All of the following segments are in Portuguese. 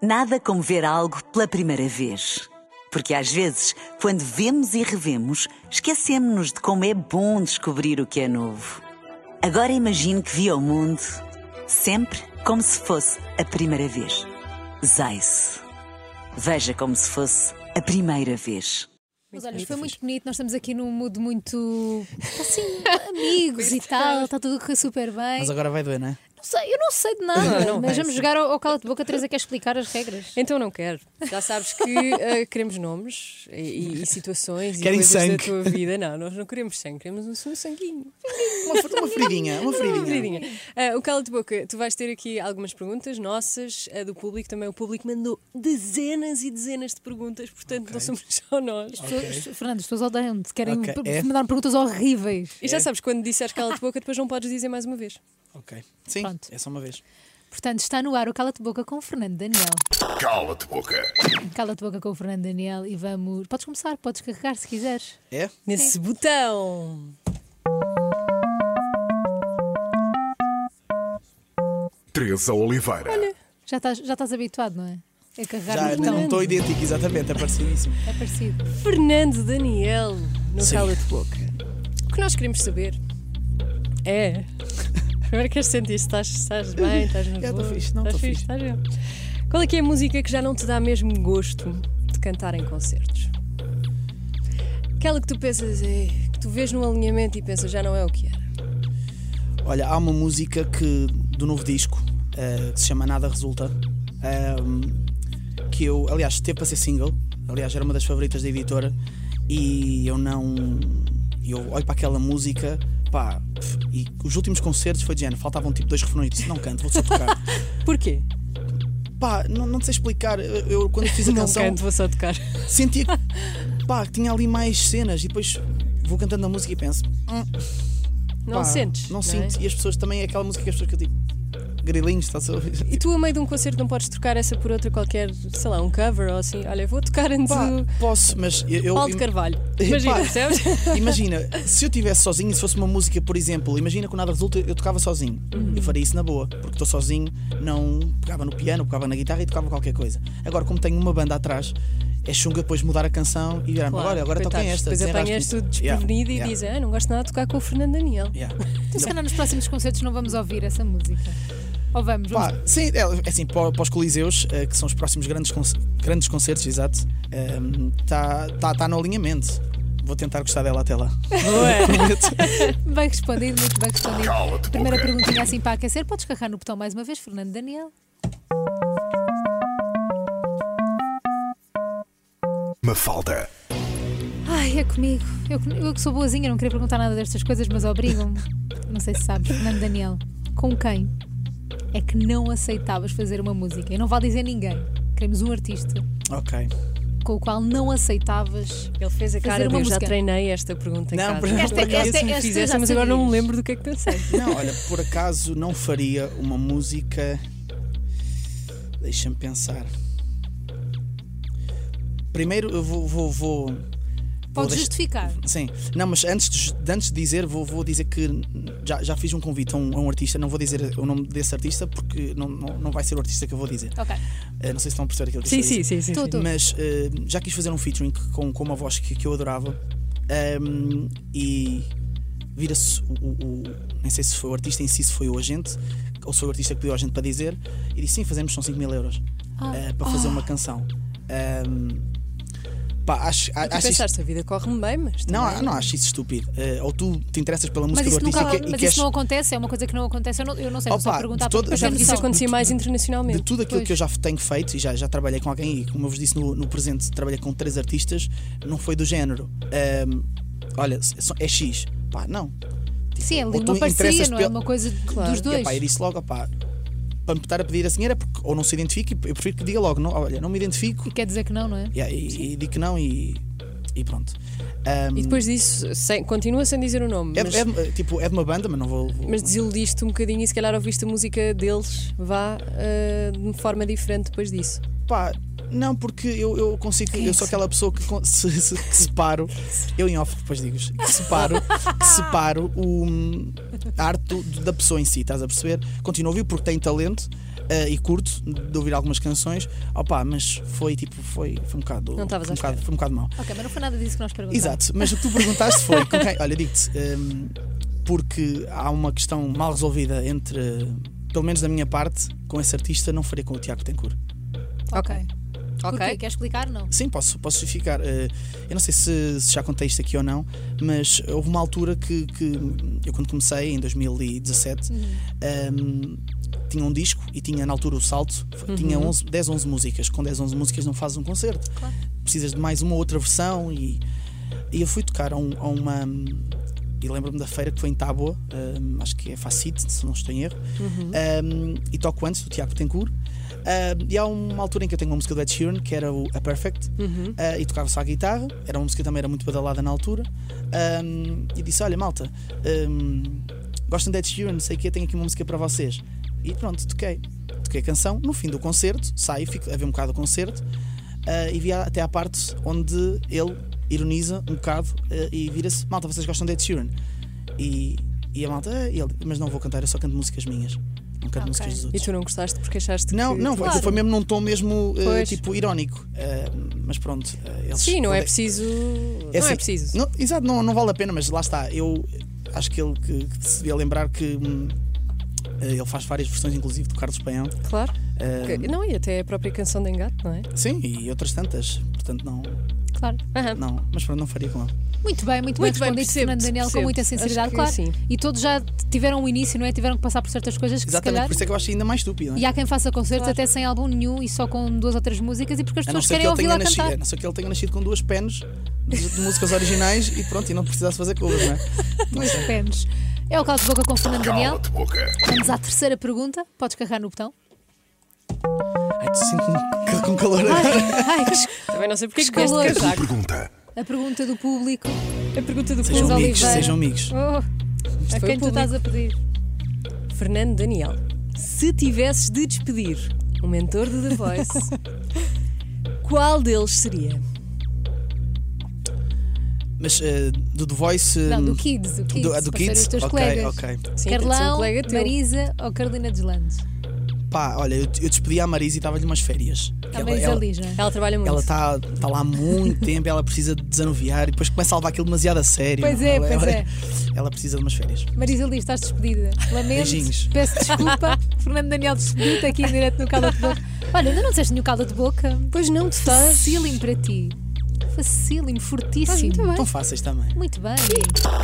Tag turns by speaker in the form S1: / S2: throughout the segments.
S1: Nada como ver algo pela primeira vez. Porque às vezes, quando vemos e revemos, esquecemos-nos de como é bom descobrir o que é novo. Agora imagine que viu o mundo sempre como se fosse a primeira vez. Zais. Veja como se fosse a primeira vez.
S2: Mas olha, foi muito bonito, nós estamos aqui num mood muito assim, amigos e tal, está tudo a correr super bem.
S3: Mas agora vai doer, não é?
S2: Não sei, eu não sei de nada, mas vamos jogar ao, ao cala de boca, a Teresa quer explicar as regras.
S4: Então não quero. Já sabes que eh, queremos nomes e, e- e situações
S3: Querem
S4: e coisas
S3: sangue.
S4: da tua vida. Não, nós não queremos sangue, queremos um, um sanguinho.
S3: Uma, fr- uma feridinha, uma
S4: Uma
S3: feridinha.
S4: viradinha. Ah, o cala de boca, tu vais ter aqui algumas perguntas nossas, a do público também. O público mandou dezenas e dezenas de perguntas, portanto não somos só nós.
S2: Pessoas- Fernando, as pessoas odeiam-te, querem
S3: Ok,
S2: p-
S3: é.
S2: mandar perguntas horríveis.
S4: E já sabes, quando disseres cala de boca, depois não podes dizer mais uma vez.
S3: Ok. Sim,
S2: Pronto.
S3: é só uma vez.
S2: Portanto, está no ar o Cala-te Boca com o Fernando Daniel.
S5: Cala-te boca.
S2: Cala-te Boca com o Fernando Daniel e vamos. Podes começar, podes carregar se quiseres.
S3: É?
S4: Nesse botão!
S5: 13 Oliveira.
S2: Já estás, já estás habituado, não é? A carregar
S3: Já
S2: no botão.
S3: Ah, não estou idêntico, exatamente, é parecidíssimo.
S2: É parecido.
S4: Fernando Daniel no
S3: Sim.
S4: cala de boca. O que nós queremos saber é. Agora queres sentir se estás, estás bem, estás nervoso.
S3: estou fixe, não,
S4: estás
S3: estou fixe.
S4: Estás bem. Qual é que é a música que já não te dá mesmo gosto de cantar em concertos? Aquela que tu pensas, eh, que tu vês no alinhamento e pensas já não é o que era.
S3: Olha, há uma música que, do novo disco eh, que se chama Nada Resulta, ehm, que eu, aliás, teve para ser single, aliás, era uma das favoritas da editora, e eu não. Eu olho para aquela música, pá, pff, e os últimos concertos foi de género, faltavam tipo dois refrões, eu disse, não canto, vou só tocar.
S4: Porquê?
S3: pá, não, não sei explicar, eu, eu quando fiz a
S4: Não
S3: canção
S4: canto, vou só tocar.
S3: sentia que, pá, que tinha ali mais cenas, e depois vou cantando a música e penso,
S4: Não
S3: pá,
S4: sentes?
S3: Não,
S4: é?
S3: sinto. E as pessoas também, é aquela música que as pessoas que eu tipo. Grilinhos, estás a ouvir?
S4: E tu, a meio de um concerto, não podes trocar essa por outra qualquer, sei lá, um cover ou assim. Olha, vou tocar antes
S3: Pá,
S4: do
S3: posso, mas eu. eu-
S4: Paulo de Carvalho.
S3: Pá,
S4: Imagina, percebes?
S3: imagina, se eu estivesse sozinho, e se fosse uma música, por exemplo, imagina que o nada resulta, eu tocava sozinho.
S4: Uhum.
S3: Eu faria isso na boa, porque estou sozinho, não pegava no piano, pegava na guitarra e tocava qualquer coisa. Agora, como tenho uma banda atrás, é chunga depois mudar a canção e virar-me,
S4: Claro,
S3: olha, agora toquem
S4: coitados,
S3: esta.
S4: Depois apanhas
S3: desenrasquem-se."
S4: tudo
S3: Yeah,
S4: desprevenido e
S3: yeah,
S4: dizes, ah, não gosto nada de tocar com o Fernando Daniel.
S3: yeah.
S2: Então, se calhar nos próximos concertos não vamos ouvir essa música. Ou vamos, vamos.
S3: Pá, sim, é, é assim, para, para os Coliseus, eh, que são os próximos grandes, conce- grandes concertos, exato, está tá, tá no alinhamento. Vou tentar gostar dela até lá.
S2: Bem respondido, muito bem respondido.
S5: Cala-te,
S2: Primeira
S5: boca.
S2: perguntinha assim para aquecer, podes carregar no botão mais uma vez, Fernando Daniel.
S5: Mafalda.
S2: Ai, é comigo. Eu, que- eu que sou boazinha, não queria perguntar nada destas coisas, mas obrigam-me. Não sei se sabes, Fernando Daniel. Com quem é que não aceitavas fazer uma música? Eu não vou dizer ninguém. Queremos um artista
S3: ok.
S2: com o qual não aceitavas.
S4: Ele fez a
S2: Fazer
S4: cara de
S2: uma
S4: eu já
S2: música."
S4: treinei esta pergunta em
S3: Não,
S4: casa.
S3: por- Esta-
S4: Por acaso
S2: esta- é
S4: se me
S2: esta
S4: fizesse,
S2: já
S4: mas agora não me
S2: sabias.
S4: lembro do que é que pensei.
S3: Não, olha, por acaso não faria uma música. Deixa-me pensar. Primeiro eu vou. vou, vou, vou
S2: Podes
S3: deixar-
S2: justificar.
S3: Sim, não, mas antes de, de- antes de dizer, vou, vou dizer que já, já fiz um convite a um, a um artista. Não vou dizer o nome desse artista porque não, não, não vai ser o artista que eu vou dizer.
S2: Ok.
S3: Eh, não sei se estão a perceber aquilo que eu
S4: Tá.
S3: estou
S4: Sim,
S3: a
S4: sim,
S3: dizer.
S4: sim, sim.
S2: Tô,
S4: sim.
S2: tô.
S3: Mas eh, já quis fazer um featuring com, com uma voz que, que eu adorava Ahm, e vira-se o, o- o- Nem sei se foi o artista em si, se foi o agente, ou se foi o artista que pediu a gente para dizer, e disse: Sim, fazemos, são 5 mil euros
S4: Ah.
S3: eh, para fazer uma canção. Ahm, pá, acho, a-
S4: Tu
S3: acho isto-
S4: pensaste, a vida corre-me bem, mas.
S3: não,
S4: também-
S3: ah, não acho isso estúpido. Eh, ou tu te interessas pela
S2: Mas
S3: música do
S2: isso,
S3: artista
S2: nunca,
S3: e, que, e
S2: mas
S3: queres
S2: isso não acontece, é uma coisa que não acontece. Eu não, eu não sei, estou só
S3: Opa,
S2: a perguntar
S3: de todo-
S2: para
S3: já
S4: Mas
S2: termos
S4: isso
S2: noção.
S4: acontecia mais
S3: de
S4: internacionalmente.
S3: tudo aquilo
S2: Pois.
S3: que eu já tenho feito e já, já trabalhei com alguém e como eu vos disse no, no presente trabalhei com três artistas não foi do género ahm, olha é só- é X pá não
S2: Sim, é ali
S3: Ou tu
S2: uma parceria,
S3: interessas
S2: não é?
S3: pelo-
S2: Uma coisa de- dos
S3: E,
S2: dois.
S3: epá, eu disse logo pá para me estar a pedir assim era porque ou não se identifica eu prefiro que diga logo não, olha não me identifico
S2: E quer dizer que não, não é?
S3: e, e, e digo que não e, e pronto Ahm,
S4: E depois disso, sem, continua sem dizer o nome.
S3: é,
S4: mas...
S3: é- tipo é de uma banda mas não vou, vou-
S4: mas desiludiste um bocadinho e se calhar ouviste a música deles vá ah, de uma forma diferente depois disso.
S3: Pá, não, porque eu, eu consigo. Eu sou aquela pessoa que con- se, se- que separo. Eu em off depois digo que separo, que hum, separo o, a arte do- da pessoa em si, estás a perceber? Continuo a ouvir porque tem talento. eh, e curto de ouvir algumas canções. Opá, mas foi tipo, foi, foi um bocado.
S4: Não estavas
S3: foi
S4: à
S3: um bocado,
S4: espera.
S3: foi um bocado mau.
S2: Ok, mas não foi nada disso que nós perguntamos.
S3: Exato, mas o que tu perguntaste foi com quem? Olha, digo-te, hum, porque há uma questão mal resolvida entre, pelo menos da minha parte, com esse artista, não faria com o Tiago Tencourt.
S2: Ok. Porquê?
S4: Ok.
S2: Quer explicar? Não.
S3: Sim, posso, posso justificar. Eh, eu não sei se, se já contei isto aqui ou não, mas houve uma altura que, que eu, quando comecei, em 2017, ehm, tinha um disco e tinha na altura o salto, foi- tinha 11, 10, 11 músicas. Com 10, 11 músicas não fazes um concerto.
S2: Claro.
S3: Precisas de mais uma outra versão e, e eu fui tocar a, um- a uma. E lembro-me da feira que foi em Tábua, ehm, acho que é Facite, se não estou em erro, Ehm, e toco antes do Tiago Tencourt. Ehm, e há uma altura em que eu tenho uma música do Ed Sheeran, que era o A Perfect, eh, e tocava só a guitarra, era uma música que também era muito badalada na altura, Ehm, e disse: Olha, malta, ehm, gostam de Ed Sheeran, sei que tenho aqui uma música para vocês. E pronto, toquei. Toquei a canção, no fim do concerto, saio, fico a ver um bocado o concerto, ah, e vi a- até à parte onde ele ironiza um bocado ah, e vira-se: Malta, vocês gostam de Ed Sheeran? E, e a malta, "Ah", e ele, mas não vou cantar, eu só canto músicas minhas, não canto
S2: Ok.
S3: músicas dos
S4: E
S3: outros.
S4: tu não gostaste porque achaste
S3: Não,
S4: que.
S3: não,
S4: Claro.
S3: aquilo foi mesmo num tom mesmo ah,
S4: Pois.
S3: tipo irónico. Ah, mas pronto, ah, eles.
S4: Sim, não é
S3: quando
S4: preciso.
S3: é
S4: não é
S3: assim,
S4: preciso.
S3: não- exato, não, não vale a pena, mas lá está. Eu acho que ele que, que se devia lembrar que hum, ah, ele faz várias versões, inclusive, do Carlos Paião.
S4: Claro.
S3: Ah,
S4: Que- Não, e até a própria canção de Engato, não é?
S3: sim, e outras tantas. Portanto, não,
S2: Claro.
S4: Aham.
S3: não. Mas pronto, não faria com ele.
S2: Muito bem, muito,
S4: Muito
S2: bem
S4: bem,
S2: respondido,
S4: percebo-te,
S2: Fernando Daniel, com
S4: percebo-te.
S2: muita sinceridade,
S4: Acho que
S2: claro.
S4: sim.
S2: E todos já tiveram um início, não é? Tiveram que passar por certas coisas que
S3: Exatamente, por
S2: se
S3: isso
S2: calhar.
S3: é que eu acho ainda mais estúpido. não é?
S2: E há quem faça concertos até sem álbum nenhum e só com duas ou três músicas e porque as
S3: A não,
S2: pessoas
S3: ser que
S2: querem
S3: ele tenha
S2: ouvi-la
S3: nascido,
S2: cantar.
S3: a não ser que ele tenha nascido com duas penas de, de músicas originais e pronto, e não precisasse fazer covers, não é?
S2: Dois penos. É o Calo de Boca com Fernando Daniel.
S5: Cala-te boca.
S2: Vamos à terceira pergunta. Podes carregar no botão.
S3: Ai, tu sinto-me é? com calor agora.
S2: Ai, que es-
S4: Também não sei porque é que
S2: Escalou.
S4: deste
S5: Tua
S4: casaco.
S5: pergunta.
S2: a pergunta do público.
S4: A pergunta do
S3: Sejam
S2: Mas
S4: Fernando
S3: amigos,
S2: Oliveira-
S3: sejam amigos.
S2: Oh, a
S4: foi
S2: quem
S4: o
S2: tu
S4: público.
S2: estás a pedir?
S4: Fernando Daniel, se tivesses de despedir um mentor do The Voice, qual deles seria?
S3: Mas eh, do The Voice. eh,
S2: Não, do Kids. Do Kids.
S3: do- ah, do
S2: para
S3: Kids?
S2: ser os teus
S3: Ok,
S2: colegas.
S3: ok.
S4: Sim, tem de ser um
S2: Carlão,
S4: colega teu.
S2: Marisa ou Carolina Deslandes?
S3: Pá, olha, eu, eu despedi a Marisa e estava-lhe umas férias. Que
S2: Também
S3: ela,
S2: ali, não é?
S4: Ela trabalha muito.
S3: ela está tá lá há muito tempo, ela precisa de desanuviar e depois começa a levar aquilo demasiado a sério.
S2: Pois é,
S3: Ela-
S2: pois
S3: ela-
S2: é.
S3: Ela precisa de umas férias.
S2: Marisa Liz, estás despedida. Lamento,
S3: Beijinhos.
S2: peço desculpa. Fernando Daniel despedido aqui em direto no Cala de Boca. Olha, ainda não disseste nenhum Cala de Boca.
S4: Pois não, tu estás.
S2: Facílimo para ti. Facílimo,
S4: Estás
S2: fortíssimo.
S4: muito bem.
S3: Tão fáceis também.
S2: Muito bem.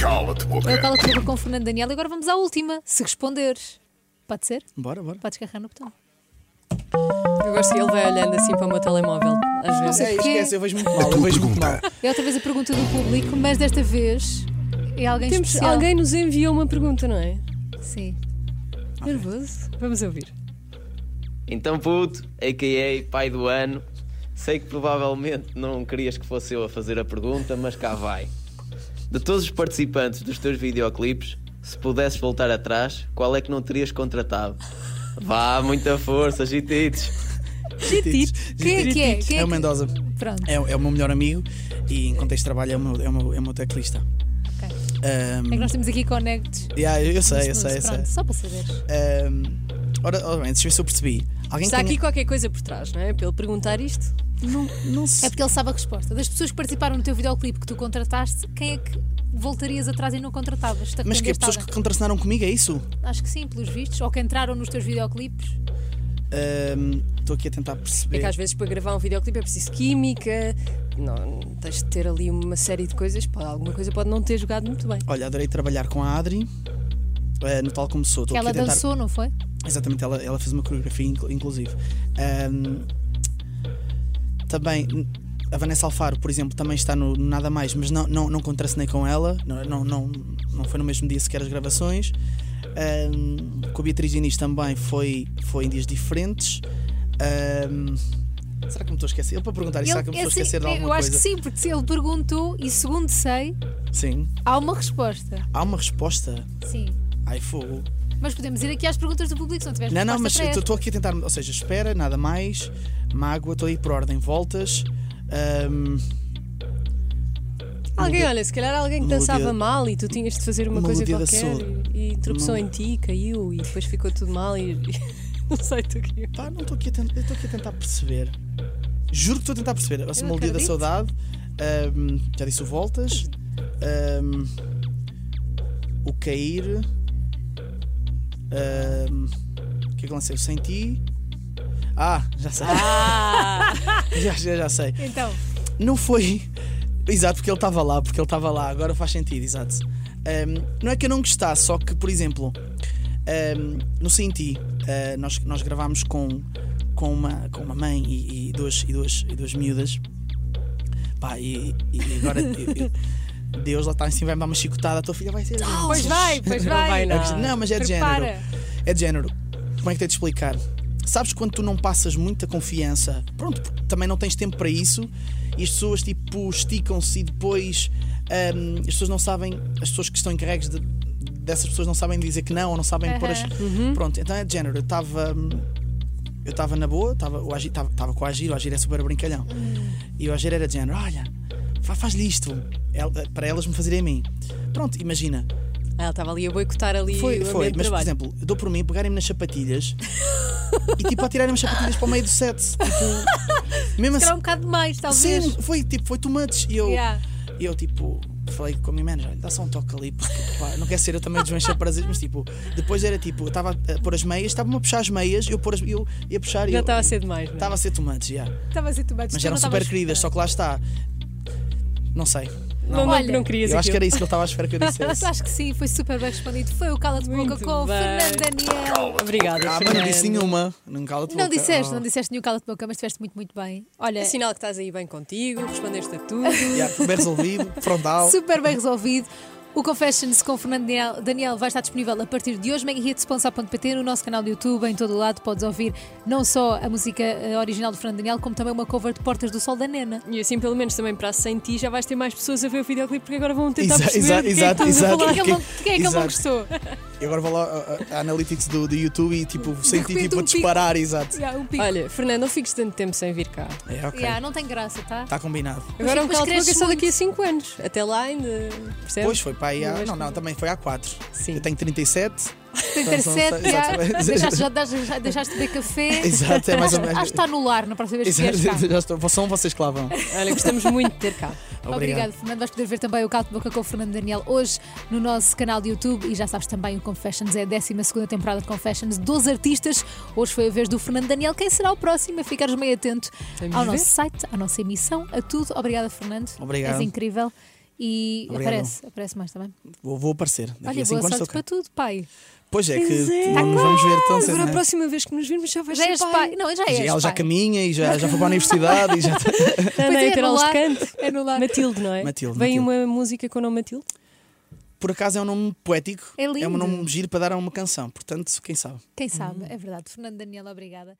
S5: Cala-te
S2: É o
S5: boca.
S2: Cala de Boca com Fernando Daniel. E Agora vamos à última, se responderes. Pode ser?
S3: Bora, bora.
S2: Podes carregar no botão.
S4: Eu gosto que ele vai olhando assim para o meu telemóvel, às vezes.
S3: É,
S2: porquê.
S3: esquece, eu vejo muito mal, eu
S5: Tua
S3: vejo muito mal.
S5: pergunta.
S2: É outra vez a pergunta do público, mas desta vez é alguém
S4: Temos,
S2: especial.
S4: alguém nos enviou uma pergunta, não é?
S2: Sim.
S4: Nervoso? Vamos ouvir.
S6: Então, puto, a.k.a. pai do ano, sei que provavelmente não querias que fosse eu a fazer a pergunta, mas cá vai. De todos os participantes dos teus videoclipes, se pudesses voltar atrás, qual é que não terias contratado? Vá, muita força, Gitites!
S3: Gitites.
S2: Quem é que é? Quem é
S3: É o
S2: que-
S3: Mendoza.
S2: Pronto.
S3: É, é o meu melhor amigo e em contexto de trabalho é o meu, é o meu, é o meu teclista.
S2: Ok.
S3: Ahm,
S2: É que nós temos aqui conectos.
S3: yeah, eu sei, eu sei, eu sei.
S2: Pronto, só para saberes.
S3: Ahm, ora, ora bem, deixa eu ver se eu percebi. Alguém
S4: Está
S3: que
S4: aqui
S3: tenha-
S4: qualquer coisa por trás, não é? Para ele perguntar isto.
S3: Não, não sei.
S2: É porque ele sabe a resposta. Das pessoas que participaram no teu videoclipe que tu contrataste, quem é que voltarias atrás e não contratavas? Te
S3: Mas que é
S2: arrependeste
S3: pessoas
S2: de
S3: que contracenaram comigo, é isso?
S2: alguém? Acho que sim, pelos vistos. Ou que entraram nos teus videoclipes.
S3: Ahm, Estou aqui a tentar
S4: É
S3: perceber.
S4: que às vezes para gravar um videoclipe é preciso química, não, tens de ter ali uma série de coisas, pá, alguma coisa pode não ter jogado muito bem.
S3: Olha, adorei trabalhar com a Adri. eh, no tal como sou. Estou
S2: Que
S3: aqui
S2: ela
S3: a tentar...
S2: dançou, não foi?
S3: Exatamente, ela, ela fez uma coreografia, inclu- inclusive. Ahm, também, n- a Vanessa Alfaro, por exemplo, também está no, no Nada Mais, mas não, não, não contracenei com ela, não, não, não, não foi no mesmo dia sequer as gravações. Ahm, com a Beatriz Diniz também foi, foi em dias diferentes. Ahm, será que me estou a esquecer? Eu para perguntar isto, será que me
S2: é
S3: estou a esquecer
S2: assim,
S3: de alguma
S2: eu acho
S3: coisa?
S2: que sim, porque se ele perguntou e segundo sei,
S3: sim.
S2: há uma resposta.
S3: Há uma resposta.
S2: Sim.
S3: Ai, fogo.
S2: Mas podemos ir aqui às perguntas do público, se não tiveres
S3: Não, não, mas
S2: resposta para
S3: estou aqui a tentar. Ou seja, espera, nada mais. Mágoa, estou aí por ordem, voltas. ahm,
S4: Alguém,
S3: Melodia-
S4: olha, se calhar alguém que
S3: melodia-
S4: dançava mal e tu tinhas de fazer uma coisa
S3: Melodia da
S4: qualquer
S3: Soul.
S4: e, e tropeçou em ti, caiu e depois ficou tudo mal e, Não sei tu que
S3: Pá, não estou aqui, a ten- eu estou aqui a tentar perceber. Juro que estou a tentar perceber. Assim,
S4: Eu
S3: o dia da
S4: acredito.
S3: saudade. ahm, já disse o voltas. ahm, o cair. ahm, o que é que eu lancei? O sem ti. Ah, já sei.
S4: Ah!
S3: já, já, já sei.
S2: Então,
S3: Não foi. Exato, porque ele estava lá, porque ele estava lá, agora faz sentido, exato. Ahm, não é que eu não gostasse, só que, por exemplo, ahm, no Senti, ah, nós, nós gravámos com, com, uma, com uma mãe e, e duas, e, duas, e duas miúdas. Pá, e, e agora eu- eu- Deus lá está em cima vai me dar uma chicotada, a tua filha vai ser.
S2: pois vai, pois
S4: Não
S2: vai.
S3: É
S4: vai
S3: que- não, mas é de
S2: Prepara.
S3: género. É de género. Como é que tenho de explicar? Sabes quando tu não passas muita confiança? Pronto, porque também não tens tempo para isso e as pessoas tipo esticam-se e depois hum, as pessoas não sabem, as pessoas que estão encarregues de- dessas pessoas não sabem dizer que não ou não sabem pôr as. Pronto, então é de género. Eu estava. hum, Eu estava na boa, estava o Agir- estava- estava com o Agir, o Agir é super brincalhão. E o Agir era de género: olha, fa- faz-lhe isto ela- para elas me fazerem a mim. Pronto, imagina.
S4: Ah, ela estava ali a boicotar ali o
S3: Foi,
S4: ambiente
S3: foi.
S4: de
S3: Mas, por
S4: trabalho.
S3: exemplo, eu dou por mim pegarem-me nas sapatilhas e tipo atirarem-me as sapatilhas para o meio do set. Tipo, mesmo
S2: Será um
S3: assim.
S2: bocado mais, talvez.
S3: Sim, foi tipo, foi too much. E eu,
S2: Yeah.
S3: e eu tipo, falei com a minha manager, olha, dá só um toque ali, porque pá, não quer ser eu também desmanchar prazeres, mas tipo, depois era tipo, eu estava a pôr as meias, estavam a puxar as meias, eu, pôr as, eu ia puxar e.
S4: Já
S3: eu-
S4: estava a ser demais, não é?
S3: Estava a ser too much, yeah.
S2: Estava a ser tomate.
S3: Mas eram super queridas, só que lá está. Não sei.
S4: Não, não,
S2: Olha,
S4: não querias
S3: Eu acho que
S4: aquilo.
S3: era isso que eu estava a esperar que eu dissesse.
S2: Acho que sim, foi super bem respondido. Foi o Cala de Boca
S4: Muito
S2: com o
S4: bem.
S2: Fernando Daniel.
S4: Obrigada,
S3: Ah, mas não
S4: Fernando.
S3: disse nenhuma. Não cala-te
S2: Não
S3: boca.
S2: disseste,
S3: Oh.
S2: não disseste nenhum Cala de Boca, mas estiveste muito, muito bem. Olha,
S4: É sinal que estás aí bem contigo, respondeste a tudo.
S3: Yeah, bem resolvido, frontal.
S2: super bem resolvido. O Confessions com Fernando Daniel, Daniel vai estar disponível a partir de hoje, megahitsponsa.pt, no nosso canal do YouTube, em todo o lado podes ouvir não só a música eh, original do Fernando Daniel, como também uma cover de Portas do Sol da Nena.
S4: E assim, pelo menos também para a sem ti, já vais ter mais pessoas a ver o videoclipe porque agora vão tentar
S3: Exa-
S4: perceber
S3: exa-
S4: de quem
S3: exato,
S4: é que estamos a
S3: exato.
S4: falar.
S2: Quem é que ele não-
S3: que-
S2: quem é que ele não
S3: exato.
S2: gostou?
S3: E agora vou lá uh, a, a- a analytics do, do YouTube e tipo, senti
S2: repente,
S3: tipo
S2: um
S3: a
S2: pico.
S3: disparar, exato.
S2: Yeah, um pico.
S4: Olha, Fernando, não fiques tanto tempo sem vir cá.
S3: É, ok.
S2: Yeah, não tem graça, tá?
S3: Está combinado.
S4: Agora
S2: Mas
S4: o Cala de Boca é
S2: cresces
S4: só daqui a 5 anos. Até lá ainda, percebes?
S3: Pois foi para aí
S4: Não
S3: há.
S4: vais
S3: Não, não, também foi há 4.
S4: Sim.
S3: Eu tenho 37. Então,
S2: Ter sete, já,
S3: Exato, exato.
S2: deixaste, já, já deixaste de beber café.
S3: Exato, é mais ou
S2: Acho-
S3: menos.
S2: Acho que está no lar na próxima vez que
S3: Exato,
S2: vieres cá.
S3: já estou. São vocês que lá vão.
S4: Olha, gostamos muito de ter cá.
S2: Obrigado, Fernando. Vais poder ver também o Cato de Boca com o Fernando Daniel hoje no nosso canal de YouTube. E já sabes também o Confessions é a 12 temporada de Confessions dos artistas. Hoje foi a vez do Fernando Daniel. Quem será o próximo? A ficares meio atento
S4: Vamos
S2: ao
S4: ver.
S2: nosso site, à nossa emissão, a tudo. Obrigada, Fernando.
S3: Obrigado.
S2: És incrível. E
S3: Obrigado.
S2: aparece, aparece mais também.
S3: Vou, vou aparecer. Daqui
S2: Olha, boa
S3: a cinco anos
S2: sorte
S3: estou cá.
S2: para tudo, pai.
S3: Pois é, que
S4: Pois é.
S3: não
S2: Tá
S3: nos vamos ver tão cedo.
S4: Agora a
S3: né?
S4: próxima vez que nos virmos já vais
S2: Já
S4: ser
S2: és
S4: pai.
S2: pai. Não, já és.
S3: Ela já
S2: pai.
S3: caminha e já, já foi para a universidade e já. tá.
S4: Não,
S2: Pois
S4: não,
S2: é,
S4: é ter
S2: no lar.
S4: Alcante.
S2: É no lar.
S4: Matilde, não é?
S3: Matilde,
S4: Vem
S3: Matilde.
S4: uma música com o nome Matilde?
S3: Por acaso é um nome poético.
S2: É lindo.
S3: um nome giro para dar a uma canção. Portanto, quem sabe.
S2: Quem sabe, é verdade. Fernando Daniel, obrigada.